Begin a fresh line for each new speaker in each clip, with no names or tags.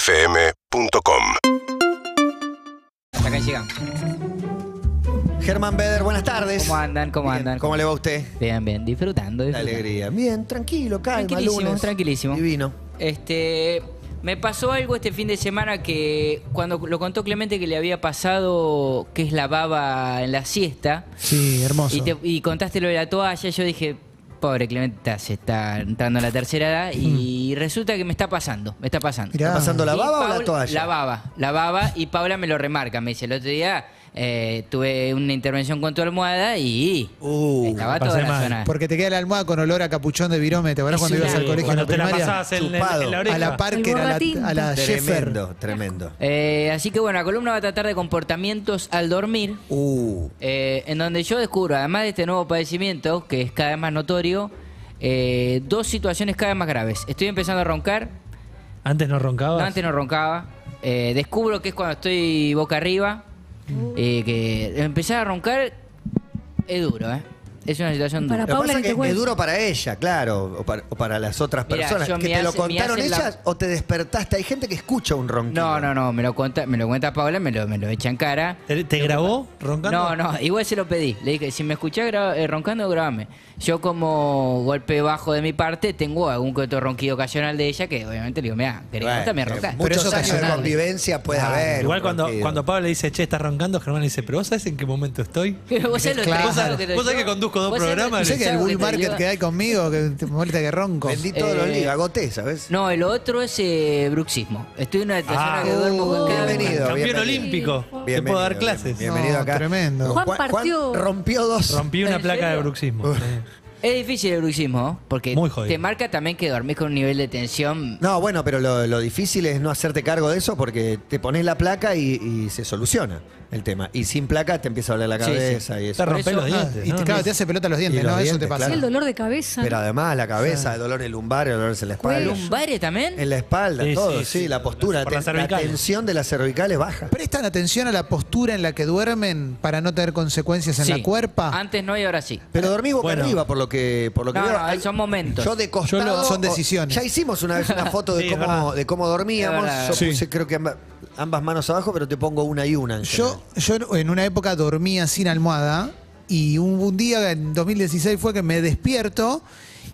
UrbanaPlayFM.com
Hasta acá llegamos.
Germán Beder, buenas tardes.
¿Cómo andan? ¿Cómo
Bien,
andan?
¿Cómo le va a usted?
Bien, bien, disfrutando.
La
disfrutando.
alegría. Bien, tranquilo, calma,
Tranquilísimo,
lunes.
tranquilísimo.
Divino.
Este, me pasó algo este fin de semana que cuando lo contó Clemente que le había pasado que es la baba en la siesta
Sí, hermoso.
y, te- y contaste lo de la toalla, yo dije, pobre Clemente, está- se está entrando a la tercera edad y resulta que me está pasando, me está pasando.
Mirá.
¿Está pasando Hmm. la
Y
baba o la
Paula-
toalla?
La baba, la baba y Paula me lo remarca, me dice, el otro día eh, tuve una intervención con tu almohada y
Uh,
estaba
la pasé
toda la
mal.
zona.
Porque te queda la almohada con olor a capuchón de virome, ¿te
Es
acuerdas cuando
una-
ibas al
Sí,
colegio en la
Cuando te la
primaria?
pasabas en, en-
chupado.
en la
a
oreja.
la Parker, a la, a la Sheffer.
tremendo, tremendo.
Eh, así que bueno, la columna va a tratar de comportamientos al dormir,
Uh,
eh, en donde yo descubro, además de este nuevo padecimiento, que es cada vez más notorio, eh, dos situaciones cada vez más graves. Estoy empezando a roncar,
Antes no roncabas.
no, antes no roncaba, eh, descubro que es cuando estoy boca arriba, eh, que empezar a roncar es duro, ¿eh? Es una situación dura.
lo
Para
que
Paula
pasa
ni
es
te
que es
cuento.
duro para ella, claro, o para, o para las otras
Mirá,
personas.
yo
¿Que
me
te lo
hace- me
contaron
hacen la-
ellas o te despertaste? Hay gente que escucha un ronquido.
No, no, no, me lo cuenta, me lo cuenta Paula, me lo, me lo echa en cara.
¿Te, te grabó roncando?
No, no, igual se lo pedí. Le dije, si me escuchás gra- eh, roncando, grabame. Yo como golpe bajo de mi parte, tengo algún que otro ronquido ocasional de ella que obviamente le digo, mira, querida,
Bueno,
no también
pero
roncás.
Muchos
Pero eso
años de
ocasional.
convivencia puede haber.
Ah, Igual
un
cuando,
ronquido.
cuando Pablo le dice, che, estás roncando, Germán le dice, pero ¿vos sabés en qué momento estoy?
Pero vos sabés lo
Claro.
estresado que estoy
Vos sabés
yo.
que conduzco dos
Vos sabés lo
programas.
Sé que el
estresado
bull
estoy
market
yo.
que hay conmigo, que te molesta que ronco.
Bendito
Eh,
los libros, agoté, ¿sabes?
No, el otro es eh, bruxismo. Estoy en una habitación
Ah.
que duermo con cada vez
Bienvenido.
más.
Campeón
bienvenido.
olímpico. Te
Bienvenido,
puedo dar clases.
bien- Bienvenido
No,
acá.
tremendo.
Juan partió-
rompió dos.
Rompí una
¿En
placa de
serio?
bruxismo. sí.
Es difícil el bruxismo, ¿no? porque
Muy jodido.
te marca también que dormís con un nivel de tensión
No, bueno, pero lo, lo difícil es no hacerte cargo de eso porque te pones la placa y, y se soluciona el tema. Y sin placa te empieza a doler la
Sí, sí.
cabeza y eso.
Te rompés
eso-
los
Ah,
dientes.
y
¿no?
te, claro,
No,
te hace pelota los dientes,
Y los
¿no? Eso
dientes,
te pasa.
claro.
el dolor de cabeza.
Pero además la cabeza, el dolor en el lumbar, el dolor en la espalda.
Cuello.
lumbares también.
En la espalda,
Sí,
todo, sí,
sí, sí,
la postura,
por las
te- la
cervicales.
tensión de las cervicales baja.
¿Prestan atención a la postura en la que duermen para no tener consecuencias en
Sí.
la cuerpa?
Antes no y ahora sí.
Pero dormí boca
Bueno.
arriba, por lo que, por lo que
No,
veo.
no,
Hay-
son momentos.
Yo de costado.
Yo lo- son
o-
decisiones.
Ya hicimos una vez una foto de,
Sí, es
cómo,
verdad.
de cómo dormíamos.
Es verdad.
Yo
Sí.
puse, creo que amba- ambas manos abajo, pero te pongo una y una. en
Yo, yo en una época dormía sin almohada y un, un día en 2016 fue que me despierto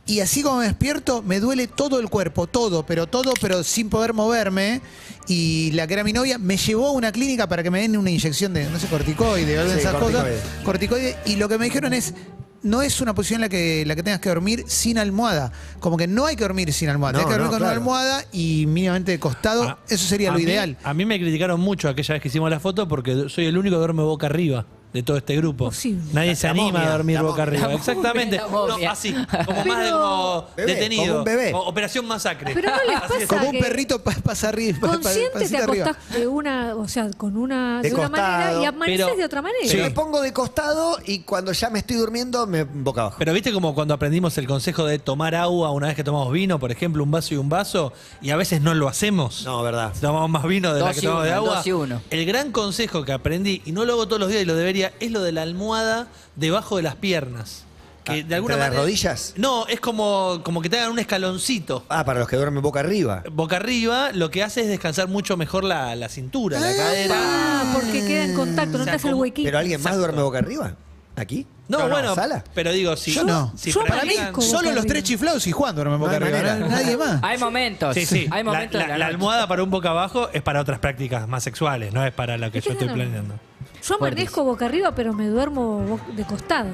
y así como me despierto me duele todo el cuerpo, todo, pero todo, pero sin poder moverme y la que era mi novia me llevó a una clínica para que me den una inyección de, no sé, corticoide o algo de
Sí,
esas cosas,
corticoide.
corticoide y lo que me dijeron es... No es una posición en la que, la que tengas que dormir sin almohada. Como que no hay que dormir sin almohada.
No,
Tienes que dormir
no,
con
claro.
una almohada y mínimamente de costado.
Ah,
eso sería
a
lo
mí-
ideal.
A mí me criticaron mucho aquella vez que hicimos la foto porque soy el único que duerme boca arriba de todo este grupo.
Posible.
Nadie se anima
momia,
a dormir
la
boca
momia.
arriba. Exactamente.
La momia.
No, así, como más de
Pero-
como
Bebé,
detenido.
como un bebé.
O- Operación Masacre.
Pero no les
Así es.
pasa
Como un
que-
perrito pa- pasa arriba. pa- pa-
Consciente te
pasito arriba.
acostás de una, o sea, con una,
De
de, una
costado,
manera y amaneces
pero-
de otra manera.
Yo me pongo de costado y cuando ya me estoy durmiendo, me boca abajo.
Pero viste como cuando aprendimos el consejo de tomar agua una vez que tomamos vino, por ejemplo, un vaso y un vaso, y a veces no lo hacemos.
No, verdad.
Tomamos más vino de la
Dos
que
y
tomamos de
uno,
agua.
dos y uno.
El gran consejo que aprendí, y no lo hago todos los días y lo debería, es lo de la almohada debajo de las piernas. Que
Ah,
de alguna
¿entre las
manera-
rodillas?
No, es como, como que te hagan un escaloncito.
Ah, para los que duermen boca arriba.
Boca arriba, lo que hace es descansar mucho mejor la, la cintura, la cadera.
Ah, porque queda en contacto, no
sea,
te hace el
como-
huequito.
¿Pero alguien más
Exacto.
duerme boca arriba? ¿Aquí?
No, bueno,
¿Sala?
pero digo, si
Yo no.
si
Yo
practican-
amanezco.
Solo
Boca
los
arriba.
tres chiflados y Juan duermen boca
No hay
arriba.
manera.
¿no? Nadie más.
Hay momentos.
Sí, sí.
Hay momentos.
la,
de
la- la
noche.
almohada para un boca abajo es para otras prácticas más sexuales, no es para lo que yo estoy
Claro.
planeando.
Yo amanezco boca arriba, pero me duermo bo- de costado.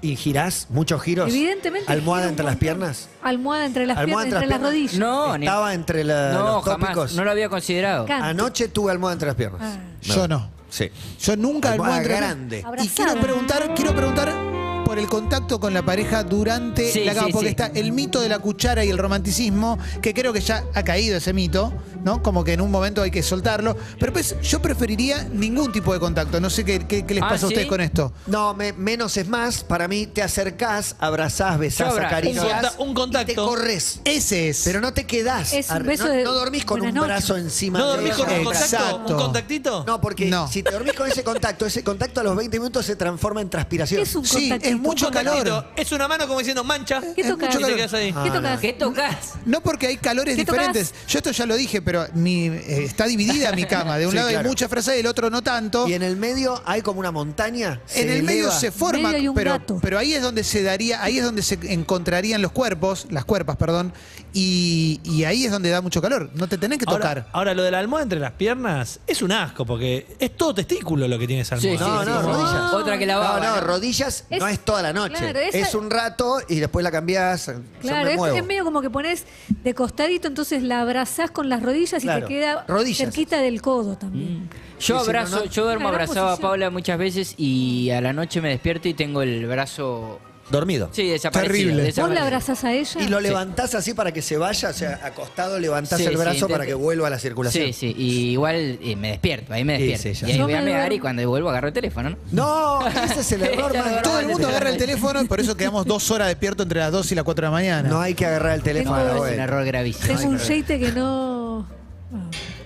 ¿Y girás muchos giros?
Evidentemente.
¿Almohada
giro un
entre las
montón.
piernas?
Almohada entre las
¿Almohada
piernas, entre las rodillas.
No, ni-
Estaba entre la-
No,
los
jamás.
tópicos.
No lo había considerado.
Ca-
Anoche tuve almohada entre las piernas.
Ah.
Yo no.
Sí.
Yo nunca
Almohada
almohada entre-
grande.
Y
Abrazada.
quiero preguntar, quiero preguntar por el contacto con la pareja durante
Sí,
la cama,
sí,
porque
sí.
está el mito de la cuchara y el romanticismo, que creo que ya ha caído ese mito, ¿no? Como que en un momento hay que soltarlo. Pero pues yo preferiría ningún tipo de contacto. No sé qué, qué- qué les
Ah,
pasa a ustedes
¿sí?
con esto.
No, me- menos es más. Para mí, te acercás, abrazás, besás,
Yo abrazo.
acariciás.
Un conta- un
y te
contacto.
corres.
Ese es.
Pero no te quedás.
Es un
Ar-
beso
no,
de-
no dormís con un
buenas noches.
brazo encima
¿No
de
dormís con
ella.
un
Exacto.
contacto? ¿Un contactito?
No, porque
No.
si te dormís con ese contacto, ese contacto a los 20 minutos se transforma en transpiración.
Es un
Sí,
contactito.
es mucho
un contactito.
calor.
Es una mano como diciendo mancha.
¿Qué
Es
tocas?
mucho calor.
Y te quedas ahí.
¿Qué
Ah,
tocas?
¿Qué tocas?
No porque hay calores
¿Qué tocás?
diferentes. Yo esto ya lo dije, pero mi, eh, está dividida mi cama. De un
Sí,
lado hay
claro.
mucha fresa y del otro no tanto.
Y en el medio hay como una montaña.
en el medio
eleva.
se forma,
Medio hay un
pero,
gato.
pero ahí es donde se daría, ahí es donde se encontrarían los cuerpos, las cuerpas, perdón, y, y ahí es donde da mucho calor. No te tenés que
Ahora-
tocar.
Ahora, lo de la almohada entre las piernas es un asco porque es todo testículo lo que tiene esa
No,
almohada.
no, rodillas.
Otra que la
No,
va.
no, rodillas no
Es-
es toda la noche.
claro, esa-
es un rato y después la cambiás. Yo
Claro,
me
es,
muevo.
es medio como que pones de costadito, entonces la abrazás con las rodillas y
Claro,
te queda
rodillas.
cerquita del codo también.
Yo
Sí, sí,
abrazo,
no, no.
yo duermo
Una gran
abrazado a
posición.
Paula muchas veces y a la noche me despierto y tengo el brazo.
Dormido.
Sí, desaparecido.
Terrible.
¿Vos la
desaparecido.
abrazás a ella?
Y lo levantás así para que se vaya, o sea, acostado levantás
Sí,
el
sí,
brazo
intento-
para que vuelva a la circulación.
Sí, sí, y igual eh, me despierto, ahí me
Sí,
despierto.
sí, ya
y ahí
sé.
voy
Yo
a
me
mear y
duermo.
cuando vuelvo agarro el teléfono, ¿no?
No, ese es el error
Ya
más
duermo.
Todo el mundo
Ahora,
agarra el
ahora.
teléfono y por eso quedamos dos horas despiertos entre las 2 y las 4 de la mañana.
No hay que agarrar el teléfono.
Tengo-
No, Ah, es un
bueno.
error gravísimo.
Tengo un jeite que no.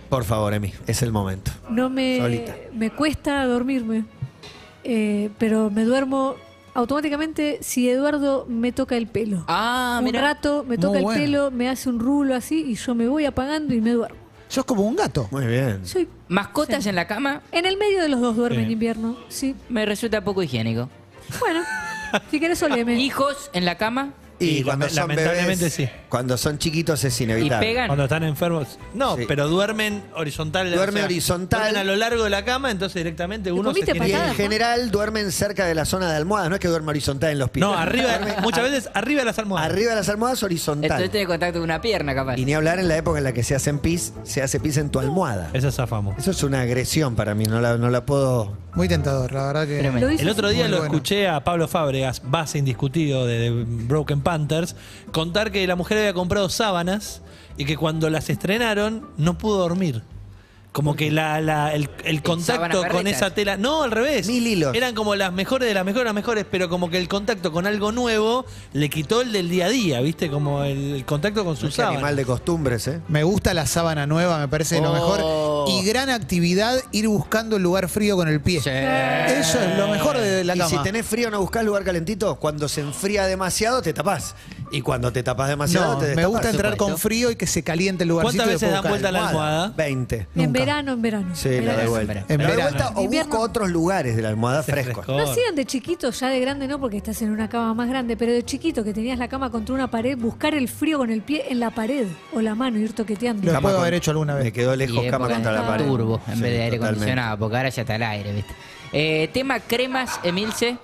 Por favor, Emi, es el momento.
No me,
Solita.
me cuesta dormirme, Eh, pero me duermo automáticamente si Eduardo me toca el pelo.
Ah,
un
mira.
rato me
Muy
toca el
bueno.
pelo, me hace un rulo así y yo me voy apagando y me duermo.
Sos como un gato.
Muy bien.
Soy
Mascotas en la cama
en el medio de los dos duerme
Sí.
en invierno, sí.
me resulta poco higiénico.
Bueno, si querés oleme.
Hijos en la cama
Y,
Y
cuando
lame-
son
lamentablemente
bebés,
sí.
cuando son chiquitos es
y
inevitable.
pegan.
Cuando están enfermos. No,
Sí.
pero duermen horizontal.
Duerme horizontal.
Duermen a lo largo de la cama, entonces directamente uno se
comiste
tiene
Y
que-
patada?
en general duermen cerca de la zona de almohadas, no es que duerme horizontal en los pies.
No, arriba, muchas veces arriba de las almohadas.
Arriba de las almohadas horizontal.
Entonces tenés este contacto con una pierna, capaz.
Y ni hablar en la época en la que se hacen pis, se hace pis en tu almohada.
Esa zafamos.
Eso es una agresión para mí, no la, no la puedo.
Muy tentador, la verdad que.
Tremendo.
Lo hice
El otro día
Muy
lo
bueno.
escuché a Pablo Fábregas, base indiscutido de, The Broken Panthers, contar que la mujer había comprado sábanas y que cuando las estrenaron no pudo dormir. Como que la, la- el, el
sábanas
contacto con
perretas.
esa tela. No, al revés.
Mil hilos.
Eran como las mejores de las mejores de las mejores, pero como que el contacto con algo nuevo le quitó el del día a día, ¿viste? Como el, el contacto con su
Ese
sábana.
animal de costumbres, ¿eh?
Me gusta la sábana nueva, me parece lo
Oh.
mejor. Y gran actividad ir buscando el lugar frío con el pie.
Sí.
Eso es lo mejor de la
y
cama.
si tenés frío, no buscás lugar calentito. Cuando se enfría demasiado, te tapás. Y cuando te tapás demasiado,
No,
te
me
destapás.
gusta entrar
supuesto.
con frío y que se caliente el lugarcito.
¿Cuántas
y
veces
después
dan
buscar.
vuelta a la almohada?
20.
En
Nunca.
verano, en verano.
Sí, la
Verano.
de vuelta.
En
La de
verano.
vuelta o
Invierno.
busco otros lugares de la almohada frescos.
frescor.
No hacían de chiquito, ya de grande no, porque estás en una cama más grande, pero de chiquito que tenías la cama contra una pared, buscar el frío con el pie en la pared o la mano, ir toqueteando.
Lo
Cama
puedo
con-
haber hecho alguna vez.
Me quedó
Y
lejos cama
época
contra
de
la pared.
Turbo en vez
Sí,
de aire
totalmente.
acondicionado, porque ahora ya está el aire, ¿viste? Eh, tema cremas, Emilce.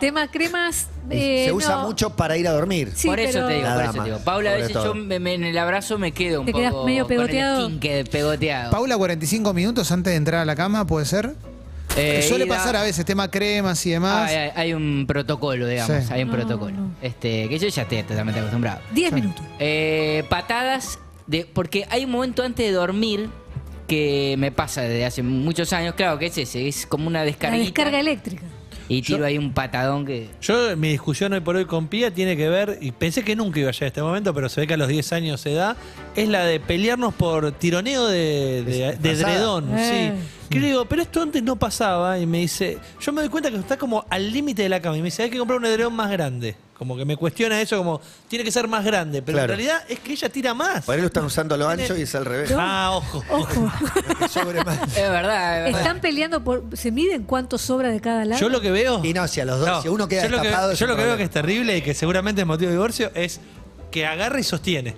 Tema cremas. eh,
Se usa
no.
mucho para ir a dormir.
Sí,
por eso
pero-
te digo,
Nada
por eso
más,
te digo. Paula, a
sobre
veces
todo.
yo me- me- en el abrazo me quedo un
Te quedas
poco
medio
con el
pegoteado.
esquinque pegoteado.
Paula, 45 minutos antes de entrar a la cama, ¿puede ser?
Eh,
Que suele
ida-
pasar a veces, tema cremas y demás.
Hay, hay- hay un protocolo, digamos,
Sí.
hay un
No,
protocolo.
no.
Este, que yo ya estoy totalmente acostumbrado.
10 minutos.
Eh, patadas, de, porque hay un momento antes de dormir que me pasa desde hace muchos años, claro que es ese, es como una
La
descarga.
descarga eléctrica.
Y tiro ahí un patadón que...
Yo, mi discusión hoy por hoy con Pía tiene que ver, y pensé que nunca iba a llegar a este momento, pero se ve que a los 10 años se da, es la de pelearnos por tironeo de, de, de
Disfrazada.
edredón.
Eh.
Sí. Que le digo, pero esto antes no pasaba, y me dice, yo me doy cuenta que está como al límite de la cama, y me dice, hay que comprar un edredón más grande. Como que me cuestiona eso, como, tiene que ser más grande, pero
Claro.
en realidad es que ella tira más.
Por ahí lo están usando a lo ancho y es al revés.
Ah, ojo.
Ojo,
Que sobre más.
Es verdad, es verdad.
están peleando por. ¿Se miden cuánto sobra de cada lado?
Yo lo que veo.
Y no, si a los dos- si uno queda
yo lo que,
destapado, es
Yo
un
lo que veo
problema.
que es terrible y que seguramente es motivo de divorcio es que agarra y sostiene.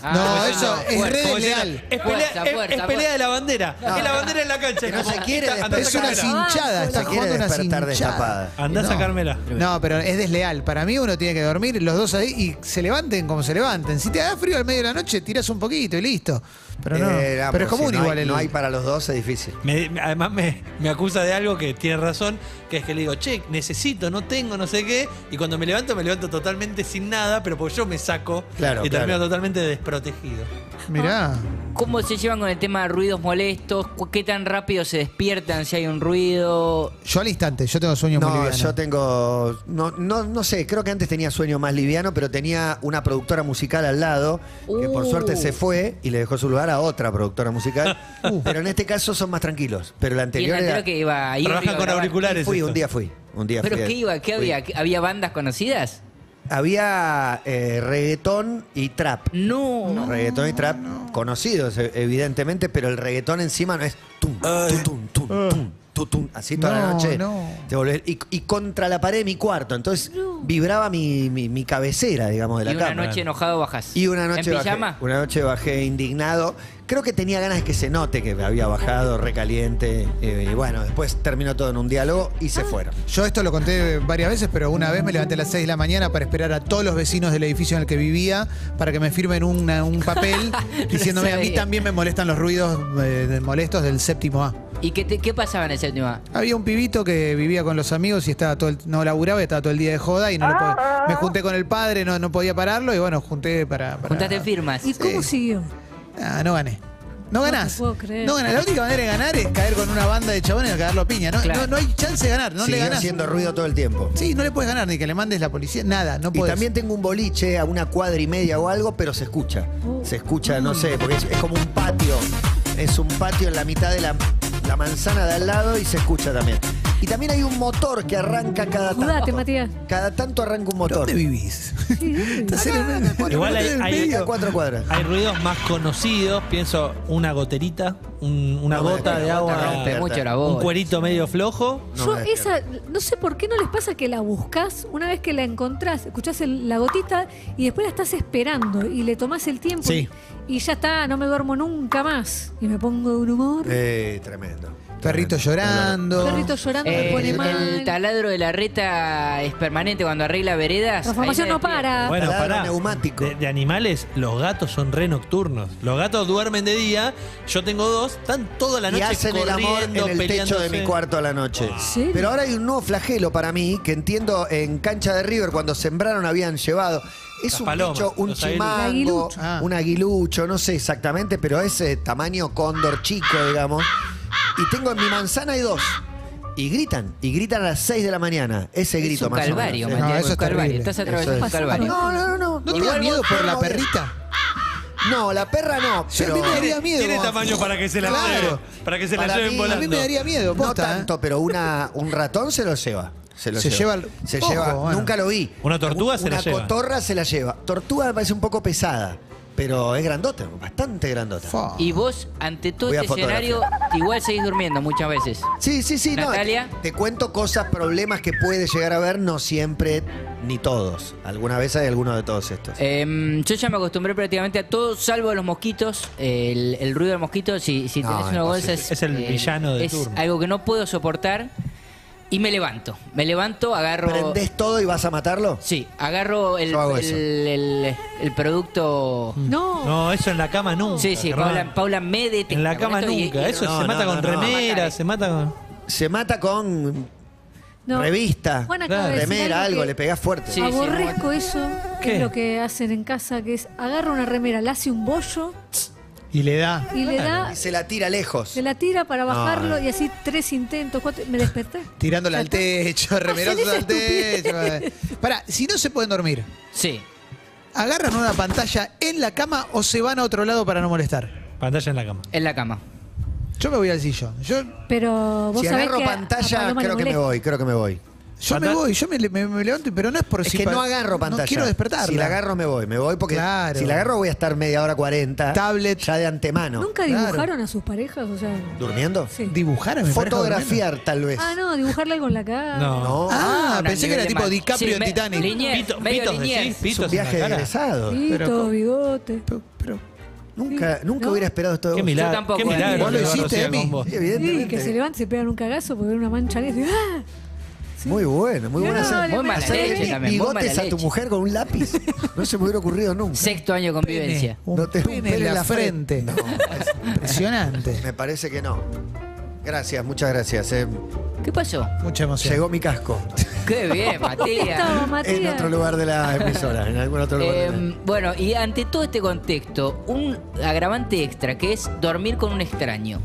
Ah,
No,
ah,
eso es
fuerza,
re
Como
desleal.
diciendo, Es pelea,
Fuerza,
es-
fuerza,
es pelea
fuerza.
de la bandera. Es la bandera en la cancha.
Que no
Como,
se quiere
está- andá a
es una
sacármela.
cinchada,
Se
está
Ah, quiere
jugando una
despertar
cinchada.
destapada.
Andá a
No.
sacármela.
No, pero es desleal. Para mí uno tiene que dormir los dos ahí y se levanten como se levanten. Si te da frío al medio de la noche, tiras un poquito y listo. Pero no.
Eh, ah,
pero es
pues si
común
no hay-
igual el.
No hay para los dos, es difícil.
Me- me- además me, me acusa de algo que tiene razón, que es que le digo, che, necesito, no tengo, no sé qué, y cuando me levanto me levanto totalmente sin nada, pero porque yo me saco
Claro,
y termino
claro.
totalmente desprotegido.
Ah.
Mirá.
¿Cómo se llevan con el tema de ruidos molestos? ¿Cu- ¿Qué tan rápido se despiertan si hay un ruido?
Yo al instante, yo tengo sueños muy
No,
livianos.
yo tengo. No, no, no sé, creo que antes tenía sueño más liviano, pero tenía una productora musical al lado, que por
Uh.
suerte se fue y le dejó su lugar a otra productora musical.
Uh.
Pero en este caso son más tranquilos. Pero
Y
la
el
anterior.
anterior
era-
que iba a ir
Trabajan
iba a
con
grabar.
auriculares.
Fui, un
esto.
día fui. Un día
¿Pero
fui.
qué iba? ¿Qué había?
Fui.
¿Qué- ¿Había bandas conocidas?
Había eh, reggaetón y trap.
No.
Reggaetón y trap conocidos, e- evidentemente, pero el reggaetón encima no es tum, tum, tum, tum, tum, tum, tum, así toda la
Ah. No,
noche.
no.
Te volvés- y, y contra la pared de mi cuarto, entonces vibraba mi, mi- mi cabecera, digamos, de la
y una
cama.
noche enojado bajas.
y una noche,
¿En
bajé,
pijama?
una noche bajé indignado. Creo que tenía ganas de que se note que había bajado, recaliente. eh, y bueno, después terminó todo en un diálogo y se fueron.
Yo esto lo conté varias veces, pero una vez me levanté a las 6 de la mañana para esperar a todos los vecinos del edificio en el que vivía para que me firmen una- un papel diciéndome a mí
sabía.
también me molestan los ruidos eh, de- molestos del séptimo A.
¿Y qué, te- qué pasaba en el séptimo A?
Había un pibito que vivía con los amigos y estaba todo el- no laburaba, y estaba todo el día de joda y no le pod- me junté con el padre, no, no podía pararlo y bueno, junté para... para-
Juntaste firmas.
¿Y cómo siguió?
Ah, no gané. No ganás.
te puedo creer.
No ganás. La única manera de ganar es caer con una banda de chabones y cagarlo a piña. No,
Claro.
no, no hay chance de ganar, no le
Siguió
ganás.
haciendo ruido todo el tiempo.
Sí, no le puedes ganar, ni que le mandes la policía, nada, no
Y
puedes.
también tengo un boliche a una cuadra y media o algo, pero se escucha. Se escucha, no sé, porque es, es como un patio. Es un patio en la mitad de la, la manzana de al lado y se escucha también. Y también hay un motor que arranca cada tanto.
Judate, Matías.
Cada tanto arranca un motor.
¿Dónde vivís?
Sí,
Estás en el medio, cuatro
Igual hay-
metros del
hay-
medio.
Cada cuatro cuadras.
Hay ruidos más conocidos, pienso una goterita, un- una
No,
gota
bueno,
de
la gota
agua,
Rompe
despierta.
mucho la
un
voz.
cuerito medio flojo.
No
Yo
me
esa, no sé por qué no les pasa que la buscas una vez que la encontrás, escuchás el- la gotita y después la estás esperando y le tomás el tiempo
Sí.
y, y ya está, no me duermo nunca más y me pongo de un humor.
Eh, tremendo.
Perrito llorando.
Perrito llorando Ah, me
Eh,
pone
el, el
mal.
taladro de la reta es permanente cuando arregla veredas.
La formación
Ahí
no
me despierto.
para.
Bueno,
Taladro
pará.
neumático.
De, de animales, los gatos son re nocturnos. Los gatos duermen de día. Yo tengo dos, están toda la
y
noche
hacen el
corriendo,
amor en el techo de
peleándose. Ah.
mi cuarto a la noche.
serio?
Pero ahora hay un nuevo flagelo para mí que entiendo en cancha de River cuando sembraron habían llevado. Es
Las
un
palomas,
bicho, un
los aguiluchos.
chimango,
Aguilucho.
Ah.
un aguilucho, no sé exactamente, pero ese tamaño cóndor chico, digamos. Y tengo en mi manzana hay dos. Y gritan, y gritan a las 6 de la mañana. Ese
Es
grito
un
más o menos.
calvario,
Sí.
Matías.
Matías,
No,
un
eso es
calvario.
terrible.
Estás atravesando
Eso
un
es.
calvario.
No, no, no, no.
¿No te
Igual
da
vos
miedo por
no
la
odias.
perrita?
No, la perra no.
Yo
Pero
a mí me daría miedo.
Tiene tamaño para que se la
Claro.
lleven, para que se la
Para
lleven
mí-
A
volando.
mí me daría miedo,
No
posta, ¿eh?
tanto, pero una, un ratón se lo lleva. Se, lo
Se
lleva.
lleva el-
Se
Ojo,
lleva-
bueno.
Nunca lo vi.
Una tortuga
Un-
se la lleva.
Una cotorra se la lleva. Tortuga me parece un poco pesada, pero es grandota, bastante grandota.
Fa.
Y vos, ante todo
Voy a
este escenario, igual seguís durmiendo muchas veces.
Sí, sí, sí. no,
Natalia.
te, te cuento cosas, problemas que puede llegar a ver, no siempre, ni todos. Alguna vez hay alguno de todos
Eh,
estos.
Em, yo ya me acostumbré prácticamente a todo, salvo a los mosquitos. El, el ruido del mosquito, si, si
No,
tenés una
imposible.
bolsa, es,
Es el
eh,
villano de
es
turno.
algo que no puedo soportar. Y me levanto. Me levanto, agarro.
¿Prendés todo y vas a matarlo?
Sí, agarro el,
Yo hago
el,
eso.
el- el producto.
Mm.
No,
No, eso en la cama nunca.
Sí, sí,
Hernán.
Paula, Paula me detecta.
En la
con
cama
esto y-
nunca.
y-
eso
no,
se
no,
mata
no,
con
no.
remera, se mata con.
Se mata con
no.
revista,
Juan acaba de decir
remera,
Ah, algo
algo,
que-
le pegás fuerte.
Sí.
Aborrezco eso, que
¿Qué?
es lo que hacen en casa, que es agarra una remera, le hace un bollo
Y le da.
y le da,
Y se la tira lejos.
se la tira para bajarlo y así tres intentos, cuatro, me desperté.
Tirándola al techo, remerosos al
Hacen esa
techo. Pará, si no se pueden dormir,
Sí.
¿agarran una pantalla en la cama o se van a otro lado para no molestar?
Pantalla en la cama.
En la cama.
Yo me voy al sillón. Yo,
Pero vos
Si
sabés
agarro
que a- a
pantalla,
Paloma le
creo que me
molesta.
voy, creo que me voy.
yo me
Pantalla-
voy, yo me, me- me levanto, pero no es por
Es
si
que
pa-
no agarro pantalla.
No quiero despertar.
Si la agarro, me voy. Me voy porque
Claro.
si la agarro voy a estar media hora 40.
Tablet.
Ya de antemano.
¿Nunca
Claro.
dibujaron a sus parejas? O sea,
¿Durmiendo?
sí.
Dibujar a mi pareja durmiendo.
Fotografiar, tal vez.
Ah, no, dibujarle algo en la cara.
No.
No.
Ah,
una
pensé que
nivel
era
de
tipo
mal.
DiCaprio
Sí,
en
me-
Titanic.
Liniers,
Pito-
medio
pitos decís,
Liniers.
es
pitos
un
en la
viaje de
cara.
egresado.
Pito,
Pero con-
bigote.
Pero- pero-
Nunca, nunca
No.
hubiera esperado esto. de
Qué
vos.
milagro.
tampoco, ¿eh?
qué
Emi.
milagro.
Vos lo
Eduardo
hiciste,
sea
Emi.
con vos.
Sí,
Sí,
evidentemente.
que se levanten, se pegan un cagazo porque ven una mancha negra. y ¡Ah!
Muy bueno, muy
No,
buena.
no,
hacer-
le
Muy mala
hacerle
leche también, muy mala
bigotes a tu
leche.
mujer con un lápiz. No se me hubiera ocurrido nunca.
Sexto año de convivencia.
Un
No te- un
pene en la, frente.
No, es-
Impresionante.
me parece que no. Gracias, muchas gracias. eh.
¿Qué pasó?
Mucha emoción.
Llegó mi casco.
Qué bien, Matías.
Estaba Matías.
En otro lugar de la emisora, en algún otro lugar. de la-
Em, bueno, y ante todo este contexto, un agravante extra que es dormir con un extraño.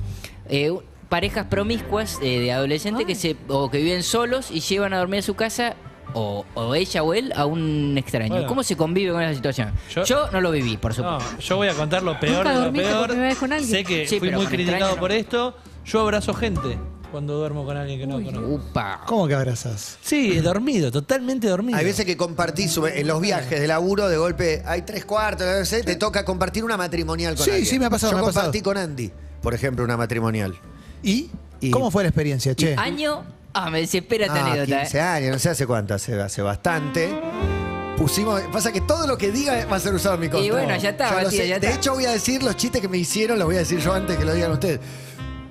Eh, u- parejas promiscuas eh, de adolescentes que se o que viven solos y llevan a dormir a su casa o, o ella o él a un extraño.
Bueno.
¿Cómo se convive con esa situación? Yo,
Yo-
no lo viví, por supuesto.
No, yo voy a contar lo peor
¿Nunca
de lo
dormiste por
peor.
primera vez con alguien?
Sé que
Sí,
fui
pero
muy
con
criticado
extraño no.
por esto. Yo abrazo gente cuando duermo con alguien que no conozco.
Upa.
¿Cómo que abrazás?
Sí, dormido, totalmente dormido.
Hay veces que compartís sube- en los viajes de laburo, de golpe hay tres cuartos, no sé, te toca compartir una matrimonial con
Sí,
alguien.
sí, me ha pasado,
Yo
me ha
compartí con Andy, por ejemplo, una matrimonial.
¿Y?
Y-
¿Cómo fue la experiencia, che?
Año. Ah, me desespera esta
Ah,
anécdota. eh.
15 años, no sé hace cuánto, hace, hace bastante. Pusimos, pasa que todo lo que diga va a ser usado en mi contra.
Y bueno, ya está,
lo
Matías,
sé.
ya
De
está.
hecho, voy a decir los chistes que me hicieron, los voy a decir yo antes que lo digan ustedes.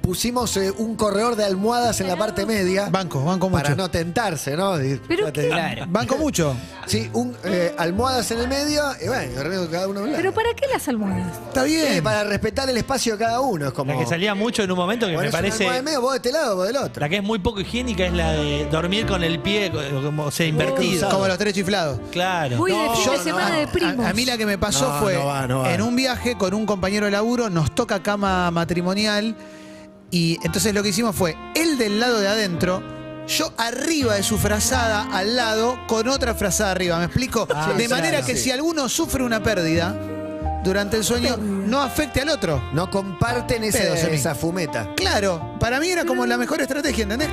Pusimos eh, un corredor de almohadas en la parte media.
Banco, banco mucho.
Para no tentarse, ¿no? Y-
Pero
para tentar.
Banco mucho.
Sí, un, eh, almohadas en el medio, y bueno, corriendo cada uno a un lado.
¿Pero para qué las almohadas?
Está
Sí,
bien.
para respetar el espacio de cada uno, es como.
La que salía mucho en un momento que
ponés una
me parece.
almohada en medio, vos de este lado, vos del otro.
La que es muy poco higiénica es la de dormir con el pie, co- como se invertido.
Como los tres chiflados.
Claro.
Voy de
No,
fin de
no,
semana
no.
de primos.
A, a mí la que me pasó
No,
fue
no va, no va.
en un viaje con un compañero de laburo, nos toca cama matrimonial y entonces lo que hicimos fue él del lado de adentro, yo arriba de su frazada al lado con otra frazada arriba, ¿me explico?
Ah,
de
sí,
manera
claro.
que
Sí.
si alguno sufre una pérdida durante el sueño,
mm.
no afecte al otro.
No comparten ese-
Pedos en mí.
esa fumeta.
Claro, para mí era como la mejor estrategia, ¿entendés?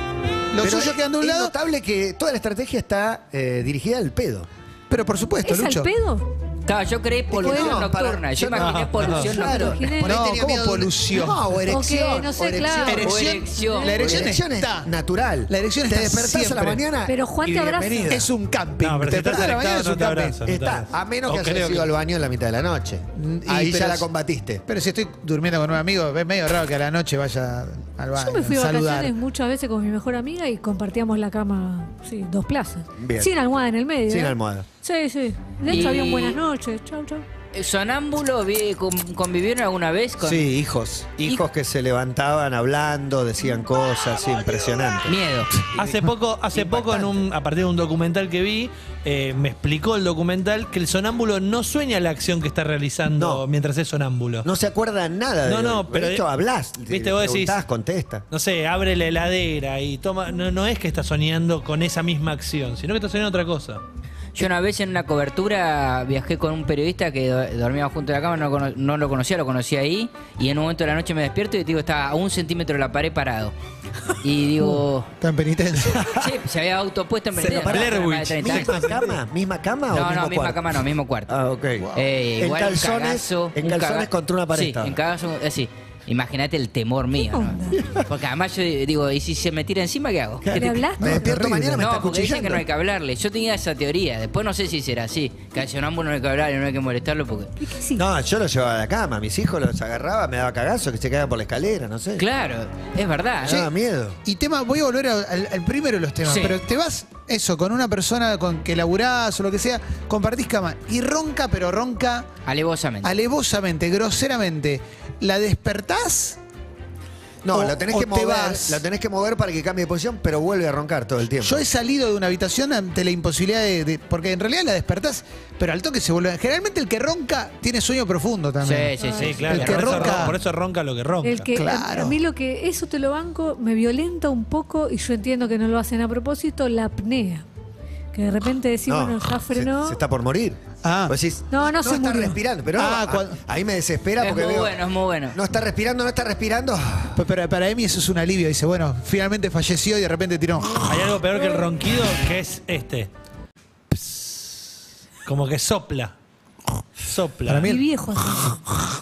Los
Pero
suyos quedan de un
es
lado,
notable que toda la estrategia está eh, dirigida al pedo.
pero por supuesto,
¿Es
Lucho.
al pedo?
Claro, yo creí polución
no,
nocturna.
para-
yo
yo no.
imaginé polución
Claro.
nocturna.
Imaginé.
Por ahí
No,
tenía
¿cómo
miedo de-
polución?
No, o erección.
Ok, no sé,
o erección. Erección
claro.
O
Erección.
erección.
La erección,
es
está.
natural.
La erección
te
está
despertás a la
siempre.
mañana.
Pero Juan
y
te abraza.
bienvenida.
Es un camping.
No, pero si
Te
estás
despertás a la mañana,
alejado,
es
no
un
te
camping.
abrazas.
Está, a menos
O
que
creo
hayas ido
que-
al baño en la mitad de la noche.
Mm, y-
Ahí ya
pero
la
es-
combatiste.
Pero si estoy durmiendo con un amigo, es medio raro que a la noche vaya al baño.
Yo me fui de
a saludar.
vacaciones muchas veces con mi mejor amiga y compartíamos la cama, sí, dos plazas.
Bien.
Sin almohada en el medio.
Sin
¿eh?
almohada.
Sí, sí. De hecho,
Y-
había un buenas noches. Chau, chau.
Eh, ¿Sonámbulo vi- con- convivieron alguna vez con
Sí, hijos. Hijos que se levantaban hablando, decían cosas, sí, impresionante.
miedo?
Hace poco, hace poco en un, a partir de un documental que vi, eh, me explicó el documental que el sonámbulo no sueña la acción que está realizando
No.
mientras es sonámbulo. No,
No se acuerda nada de
No, no,
lo-
pero-
esto hablas,
Viste, vos decís-
contesta.
sé, abre la heladera y toma. No, no es que está soñando con esa misma acción, sino que está soñando otra cosa.
Yo una vez en una cobertura viajé con un periodista que do- dormía junto a la cama, no, cono- no lo conocía, lo conocí ahí. Y en un momento de la noche me despierto y digo, estaba a un centímetro de la pared parado. Y digo,
Está en penitencia.
Uh.
che, se había autopuesto en
Pero
Venezuela,
pará,
una
Blair
cama de
Witch.
30 años.
¿Misma cama? ¿Misma cama o
No,
mismo
no, misma
cuarto?
cama no, mismo cuarto.
Ah, ok.
Eh,
en
igual un
calzones,
cagazo,
en
un
calzones
caga-
contra una pared.
Sí,
estaba.
en cagazo, así. Imagínate el temor mío.
onda?
¿no? Porque además yo digo, ¿y si se me tira encima qué hago?
¿Le hablaste?
me despierto
terrible.
mañana, me
No,
está
porque dicen que no hay que
cuchillando.
hablarle. Yo tenía esa teoría. Después no sé si será así. Que al sonámbulo no hay que hablarle, no hay que molestarlo porque...
¿Y qué hiciste?
No, yo los llevaba a la cama, mis hijos los agarraba, me daba cagazo que se caían por la escalera, no sé.
Claro, es verdad.
Me
¿no?
daba miedo.
Y tema, voy a volver a- al, al primero de los temas,
Sí.
pero te vas, eso, con una persona con que laburás o lo que sea, compartís cama y ronca, pero ronca
Alevosamente.
alevosamente, groseramente. ¿La despertás?
No,
O-
lo tenés
o
que
te
mover,
vas.
lo tenés que mover para que cambie de posición, pero vuelve a roncar todo el tiempo.
Yo he salido de una habitación ante la imposibilidad de, de- Porque en realidad la despertás, pero al toque se vuelve. Generalmente el que ronca tiene sueño profundo también.
Sí, sí, sí.
Sí, claro.
El que
por, eso
ronca.
ron- por eso ronca lo que ronca.
El que,
Claro.
a, a mí lo que eso te lo banco me violenta un poco y yo entiendo que no lo hacen a propósito, la apnea. Que de repente decimos, no, ya
se,
frenó.
se está por morir.
Ah.
Vos decís,
No, no se
está
murió.
respirando, pero
Ah,
no,
cuando-
ahí me desespera
Es
porque
muy
veo,
bueno, es muy bueno.
no está respirando, no está respirando.
Pero, pero para mí eso es un alivio. Dice, bueno, finalmente falleció y de repente tiró.
Hay algo peor que el ronquido que es este. Pss. Como que sopla. Sopla.
Para
Y
mí-
viejo así.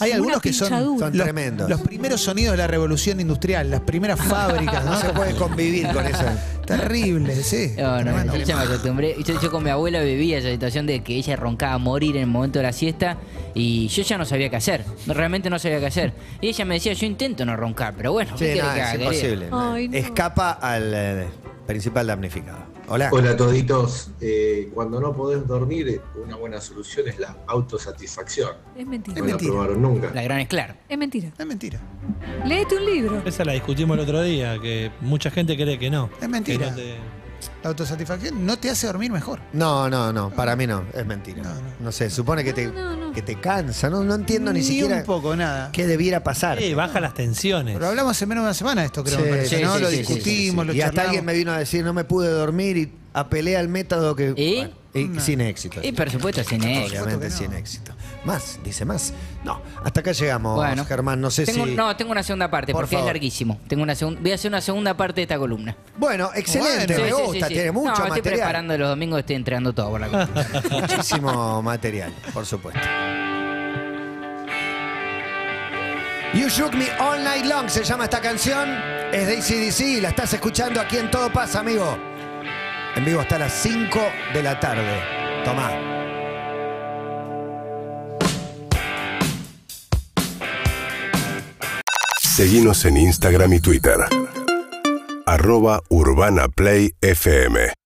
Hay
Una
algunos que son,
pinchadura.
Son
los,
tremendos.
los primeros sonidos de la revolución industrial, las primeras fábricas,
No se
¿no?
puede convivir con eso.
Terrible, sí.
No, no,
Tremendo.
yo ya me acostumbré. Yo, yo con mi abuela vivía esa situación de que ella roncaba a morir en el momento de la siesta y yo ya no sabía qué hacer. No, Realmente no sabía qué hacer. Y ella me decía, yo intento no roncar, pero bueno, ¿qué
Sí,
querés
no,
que
es
haga, querido?
imposible.
Ay, no.
Escapa al eh, principal damnificado. Hola.
Hola toditos. Eh, cuando no podés dormir, una buena solución es la autosatisfacción.
Es mentira.
No
mentira.
la probaron nunca.
La gran es claro.
Es mentira.
Es mentira.
Léete un libro.
Esa la discutimos el otro día, que mucha gente cree que no.
Es mentira.
Que no te-
La autosatisfacción no te hace dormir mejor.
No, no, no, para mí no, es mentira. No,
No, no.
sé, supone que te,
No, no, no.
Que te cansa, no, no entiendo ni,
un
siquiera
poco, nada.
qué debiera pasar.
Eh, baja las tensiones.
Lo hablamos en menos de una semana esto, creo.
Sí,
me parece,
sí,
¿no?
sí,
lo
sí, sí, sí,
discutimos, lo
y hasta
charlamos.
alguien me vino a decir, no me pude dormir y apelé al método que...
¿Y?
Bueno, Sin éxito.
Y por supuesto, sin éxito.
Obviamente
Por supuesto que
sin
no.
éxito. Más, dice más. No, hasta acá llegamos,
Bueno.
Germán. No sé
Tengo-
si...
No, tengo una segunda parte,
Por
porque
favor.
es larguísimo. Tengo una segun- voy a hacer una segunda parte de esta columna.
Bueno, excelente,
Sí,
me
sí, sí,
gusta,
sí.
tiene
No,
mucho
estoy
material.
preparando los domingos, estoy entregando todo por la columna.
Muchísimo material, por supuesto. You Shook Me All Night Long se llama esta canción. Es de ACDC y la estás escuchando aquí en Todo Pasa, amigo. En vivo hasta las 5 de la tarde. Tomá.
Seguimos en Instagram y Twitter. Arroba Urbana Play FM